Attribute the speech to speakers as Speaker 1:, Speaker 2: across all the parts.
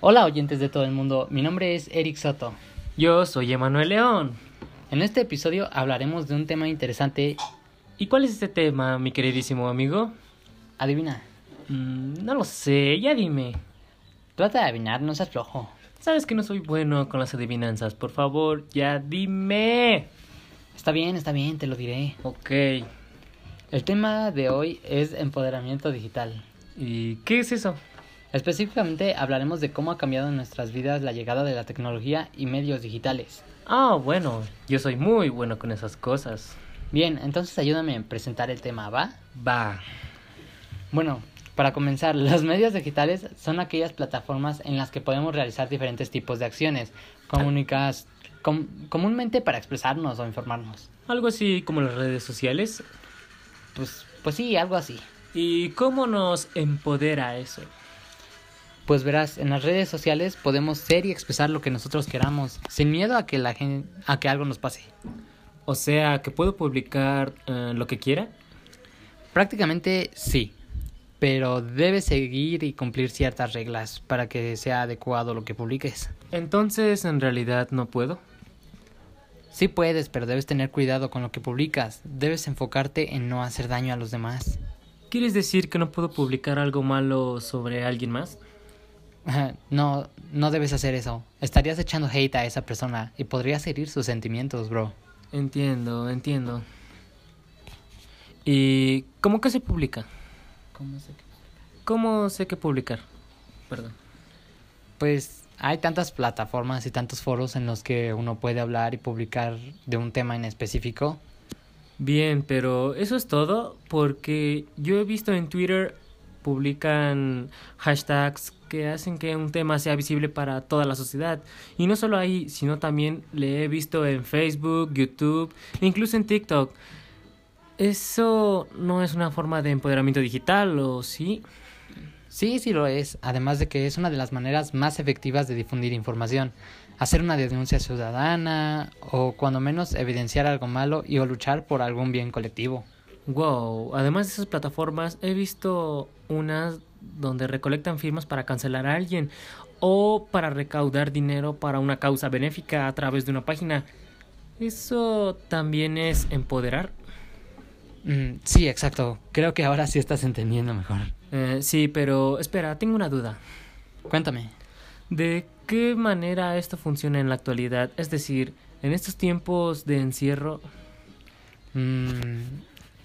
Speaker 1: Hola oyentes de todo el mundo, mi nombre es Eric Soto.
Speaker 2: Yo soy Emanuel León.
Speaker 1: En este episodio hablaremos de un tema interesante.
Speaker 2: ¿Y cuál es este tema, mi queridísimo amigo?
Speaker 1: Adivina,
Speaker 2: Mm, no lo sé, ya dime.
Speaker 1: trata de adivinar, no seas flojo.
Speaker 2: Sabes que no soy bueno con las adivinanzas, por favor, ya dime.
Speaker 1: Está bien, está bien, te lo diré.
Speaker 2: Ok,
Speaker 1: El tema de hoy es empoderamiento digital.
Speaker 2: ¿y qué es eso?
Speaker 1: Específicamente hablaremos de cómo ha cambiado en nuestras vidas la llegada de la tecnología y medios digitales.
Speaker 2: Ah, bueno, yo soy muy bueno con esas cosas.
Speaker 1: Bien, entonces ayúdame a presentar el tema, ¿va?
Speaker 2: Va.
Speaker 1: Bueno, para comenzar, los medios digitales son aquellas plataformas en las que podemos realizar diferentes tipos de acciones, comunicas, com- comúnmente para expresarnos o informarnos.
Speaker 2: Algo así como las redes sociales.
Speaker 1: Pues, pues sí, algo así.
Speaker 2: ¿Y cómo nos empodera eso?
Speaker 1: Pues verás, en las redes sociales podemos ser y expresar lo que nosotros queramos, sin miedo a que la gen- a que algo nos pase.
Speaker 2: O sea, que puedo publicar eh, lo que quiera.
Speaker 1: Prácticamente sí, pero debes seguir y cumplir ciertas reglas para que sea adecuado lo que publiques.
Speaker 2: Entonces, en realidad, no puedo.
Speaker 1: Sí puedes, pero debes tener cuidado con lo que publicas. Debes enfocarte en no hacer daño a los demás.
Speaker 2: ¿Quieres decir que no puedo publicar algo malo sobre alguien más?
Speaker 1: No, no debes hacer eso. Estarías echando hate a esa persona y podrías herir sus sentimientos, bro.
Speaker 2: Entiendo, entiendo. ¿Y cómo que se publica?
Speaker 1: ¿Cómo se
Speaker 2: ¿Cómo sé que publicar? Perdón.
Speaker 1: Pues hay tantas plataformas y tantos foros en los que uno puede hablar y publicar de un tema en específico.
Speaker 2: Bien, pero eso es todo porque yo he visto en Twitter publican hashtags que hacen que un tema sea visible para toda la sociedad. Y no solo ahí, sino también le he visto en Facebook, YouTube, e incluso en TikTok. ¿Eso no es una forma de empoderamiento digital o sí?
Speaker 1: Sí, sí lo es, además de que es una de las maneras más efectivas de difundir información, hacer una denuncia ciudadana o cuando menos evidenciar algo malo y o luchar por algún bien colectivo.
Speaker 2: Wow, además de esas plataformas, he visto unas donde recolectan firmas para cancelar a alguien o para recaudar dinero para una causa benéfica a través de una página. Eso también es empoderar.
Speaker 1: Mm, sí, exacto, creo que ahora sí estás entendiendo mejor.
Speaker 2: Eh, sí, pero espera, tengo una duda.
Speaker 1: Cuéntame.
Speaker 2: ¿De qué manera esto funciona en la actualidad? Es decir, en estos tiempos de encierro,
Speaker 1: Mm,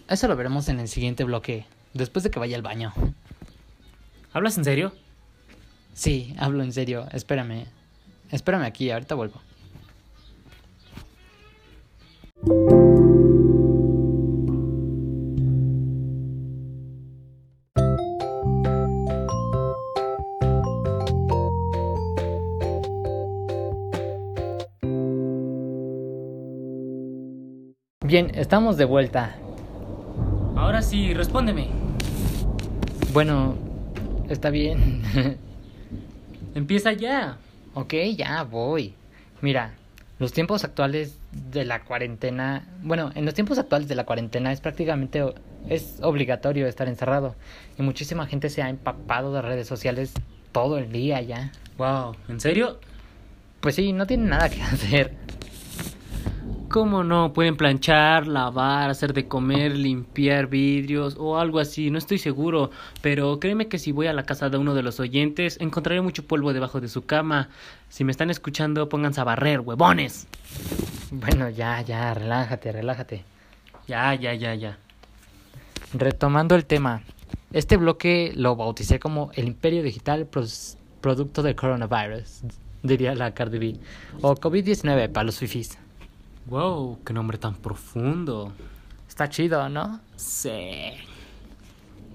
Speaker 1: eso lo veremos en el siguiente bloque, después de que vaya al baño.
Speaker 2: ¿hablas en serio?
Speaker 1: Sí, hablo en serio. Espérame. Espérame aquí, ahorita vuelvo. Bien, estamos de vuelta.
Speaker 2: Ahora sí, respóndeme.
Speaker 1: Bueno, está bien.
Speaker 2: Empieza ya.
Speaker 1: Ok, ya voy. Mira, los tiempos actuales de la cuarentena, bueno, en los tiempos actuales de la cuarentena es prácticamente o- es obligatorio estar encerrado y muchísima gente se ha empapado de redes sociales todo el día ya.
Speaker 2: Wow, ¿en serio?
Speaker 1: Pues sí, no tienen nada que hacer.
Speaker 2: ¿Cómo no? Pueden planchar, lavar, hacer de comer, limpiar vidrios o algo así, no estoy seguro, pero créeme que si voy a la casa de uno de los oyentes encontraré mucho polvo debajo de su cama. Si me están escuchando, pónganse a barrer, huevones.
Speaker 1: Bueno, ya, ya, relájate, relájate.
Speaker 2: Ya, ya, ya, ya.
Speaker 1: Retomando el tema, este bloque lo bauticé como el imperio digital pros- producto del coronavirus, diría la Cardi B, o COVID-19 para los fifis.
Speaker 2: Wow, qué nombre tan profundo.
Speaker 1: Está chido, ¿no?
Speaker 2: Sí.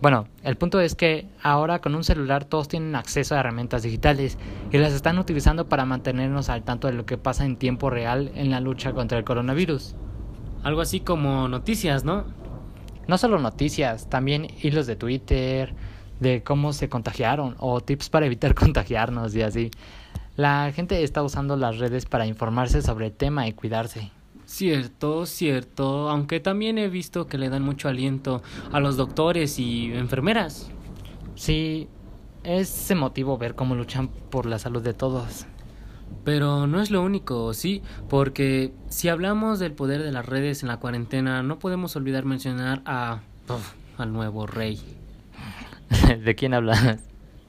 Speaker 1: Bueno, el punto es que ahora con un celular todos tienen acceso a herramientas digitales y las están utilizando para mantenernos al tanto de lo que pasa en tiempo real en la lucha contra el coronavirus.
Speaker 2: Algo así como noticias, ¿no?
Speaker 1: No solo noticias, también hilos de Twitter, de cómo se contagiaron o tips para evitar contagiarnos y así. La gente está usando las redes para informarse sobre el tema y cuidarse.
Speaker 2: Cierto, cierto, aunque también he visto que le dan mucho aliento a los doctores y enfermeras.
Speaker 1: Sí, Es emotivo ver cómo luchan por la salud de todos.
Speaker 2: Pero no es lo único, sí, porque si hablamos del poder de las redes en la cuarentena, no podemos olvidar mencionar a uf, al nuevo rey
Speaker 1: ¿De quién hablas?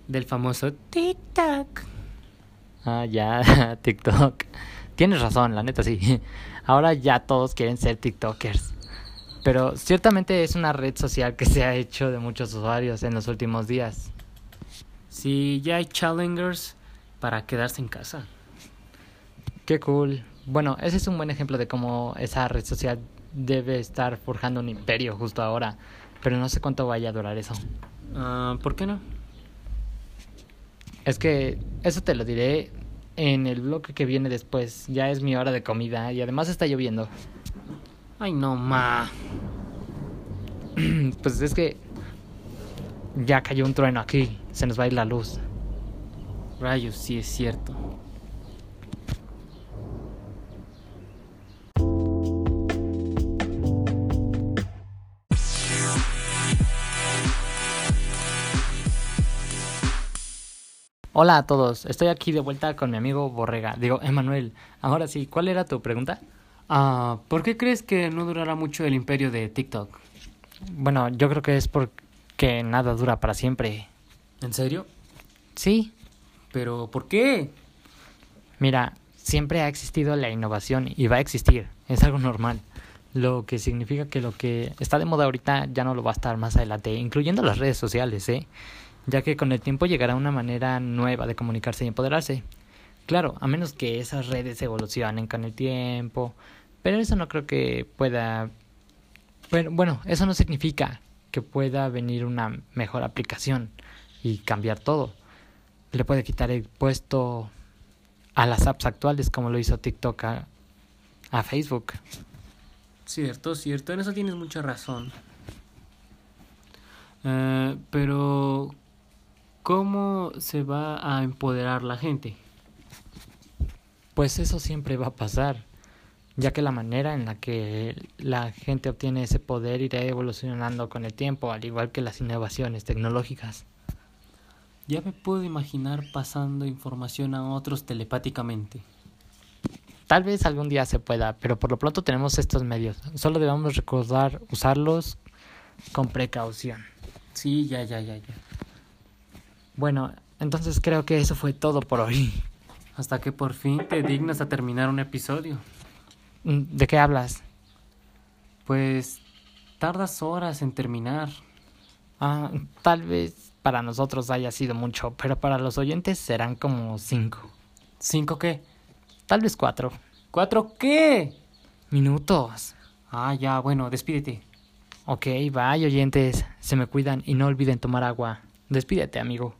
Speaker 2: del famoso TikTok.
Speaker 1: Ah, ya, TikTok. Tienes razón, la neta sí. Ahora ya todos quieren ser TikTokers. Pero ciertamente es una red social que se ha hecho de muchos usuarios en los últimos días.
Speaker 2: Si ya hay challengers para quedarse en casa.
Speaker 1: Qué cool. Bueno, ese es un buen ejemplo de cómo esa red social debe estar forjando un imperio justo ahora. Pero no sé cuánto vaya a durar eso.
Speaker 2: Ah, ¿Por qué no?
Speaker 1: Es que eso te lo diré en el bloque que viene después. Ya es mi hora de comida y además está lloviendo.
Speaker 2: Ay, no, ma.
Speaker 1: Pues es que ya cayó un trueno aquí. Se nos va a ir la luz.
Speaker 2: Rayos, sí es cierto.
Speaker 1: Hola a todos. Estoy aquí de vuelta con mi amigo Borrega. Digo, Emanuel. Ahora sí, ¿cuál era tu pregunta?
Speaker 2: Ah, ¿Por qué crees que no durará mucho el imperio de TikTok?
Speaker 1: Bueno, yo creo que es porque nada dura para siempre.
Speaker 2: ¿En serio?
Speaker 1: Sí,
Speaker 2: ¿Pero por qué?
Speaker 1: Mira, siempre ha existido la innovación y va a existir, es algo normal. Lo que significa que lo que está de moda ahorita ya no lo va a estar más adelante, incluyendo las redes sociales, ¿eh? Ya que con el tiempo llegará una manera nueva de comunicarse y empoderarse. Claro, a menos que esas redes evolucionen con el tiempo, pero eso no creo que pueda... Pero, bueno, eso no significa que pueda venir una mejor aplicación y cambiar todo le puede quitar el puesto a las apps actuales como lo hizo TikTok a, a Facebook.
Speaker 2: Cierto, cierto, en eso tienes mucha razón. Eh, pero, ¿cómo se va a empoderar la gente?
Speaker 1: Pues eso siempre va a pasar, ya que la manera en la que la gente obtiene ese poder irá evolucionando con el tiempo, al igual que las innovaciones tecnológicas.
Speaker 2: Ya me puedo imaginar pasando información a otros telepáticamente.
Speaker 1: Tal vez algún día se pueda, pero por lo pronto tenemos estos medios. Solo debemos recordar usarlos con precaución.
Speaker 2: Sí, ya, ya, ya, ya.
Speaker 1: Bueno, entonces creo que eso fue todo por hoy.
Speaker 2: Hasta que por fin te dignas a terminar un episodio.
Speaker 1: Mm, ¿De qué hablas?
Speaker 2: Pues tardas horas en terminar.
Speaker 1: Ah, tal vez para nosotros haya sido mucho, pero para los oyentes serán como cinco,
Speaker 2: ¿Cinco qué?
Speaker 1: tal vez cuatro
Speaker 2: ¿Cuatro qué?
Speaker 1: minutos.
Speaker 2: Ah, ya, bueno, despídete.
Speaker 1: Ok, bye oyentes, se me cuidan y no olviden tomar agua. Despídete, amigo.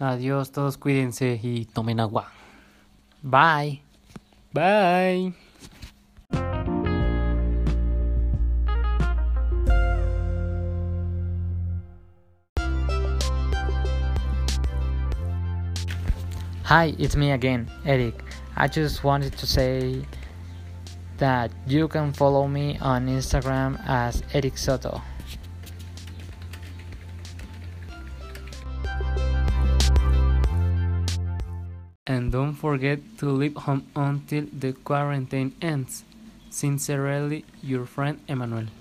Speaker 2: Adiós, todos cuídense y tomen agua.
Speaker 1: Bye.
Speaker 2: Bye.
Speaker 1: Hi, it's me again, Eric. I just wanted to say that you can follow me on Instagram as Eric Soto.
Speaker 2: And don't forget to leave home until the quarantine ends. Sincerely, your friend Emmanuel.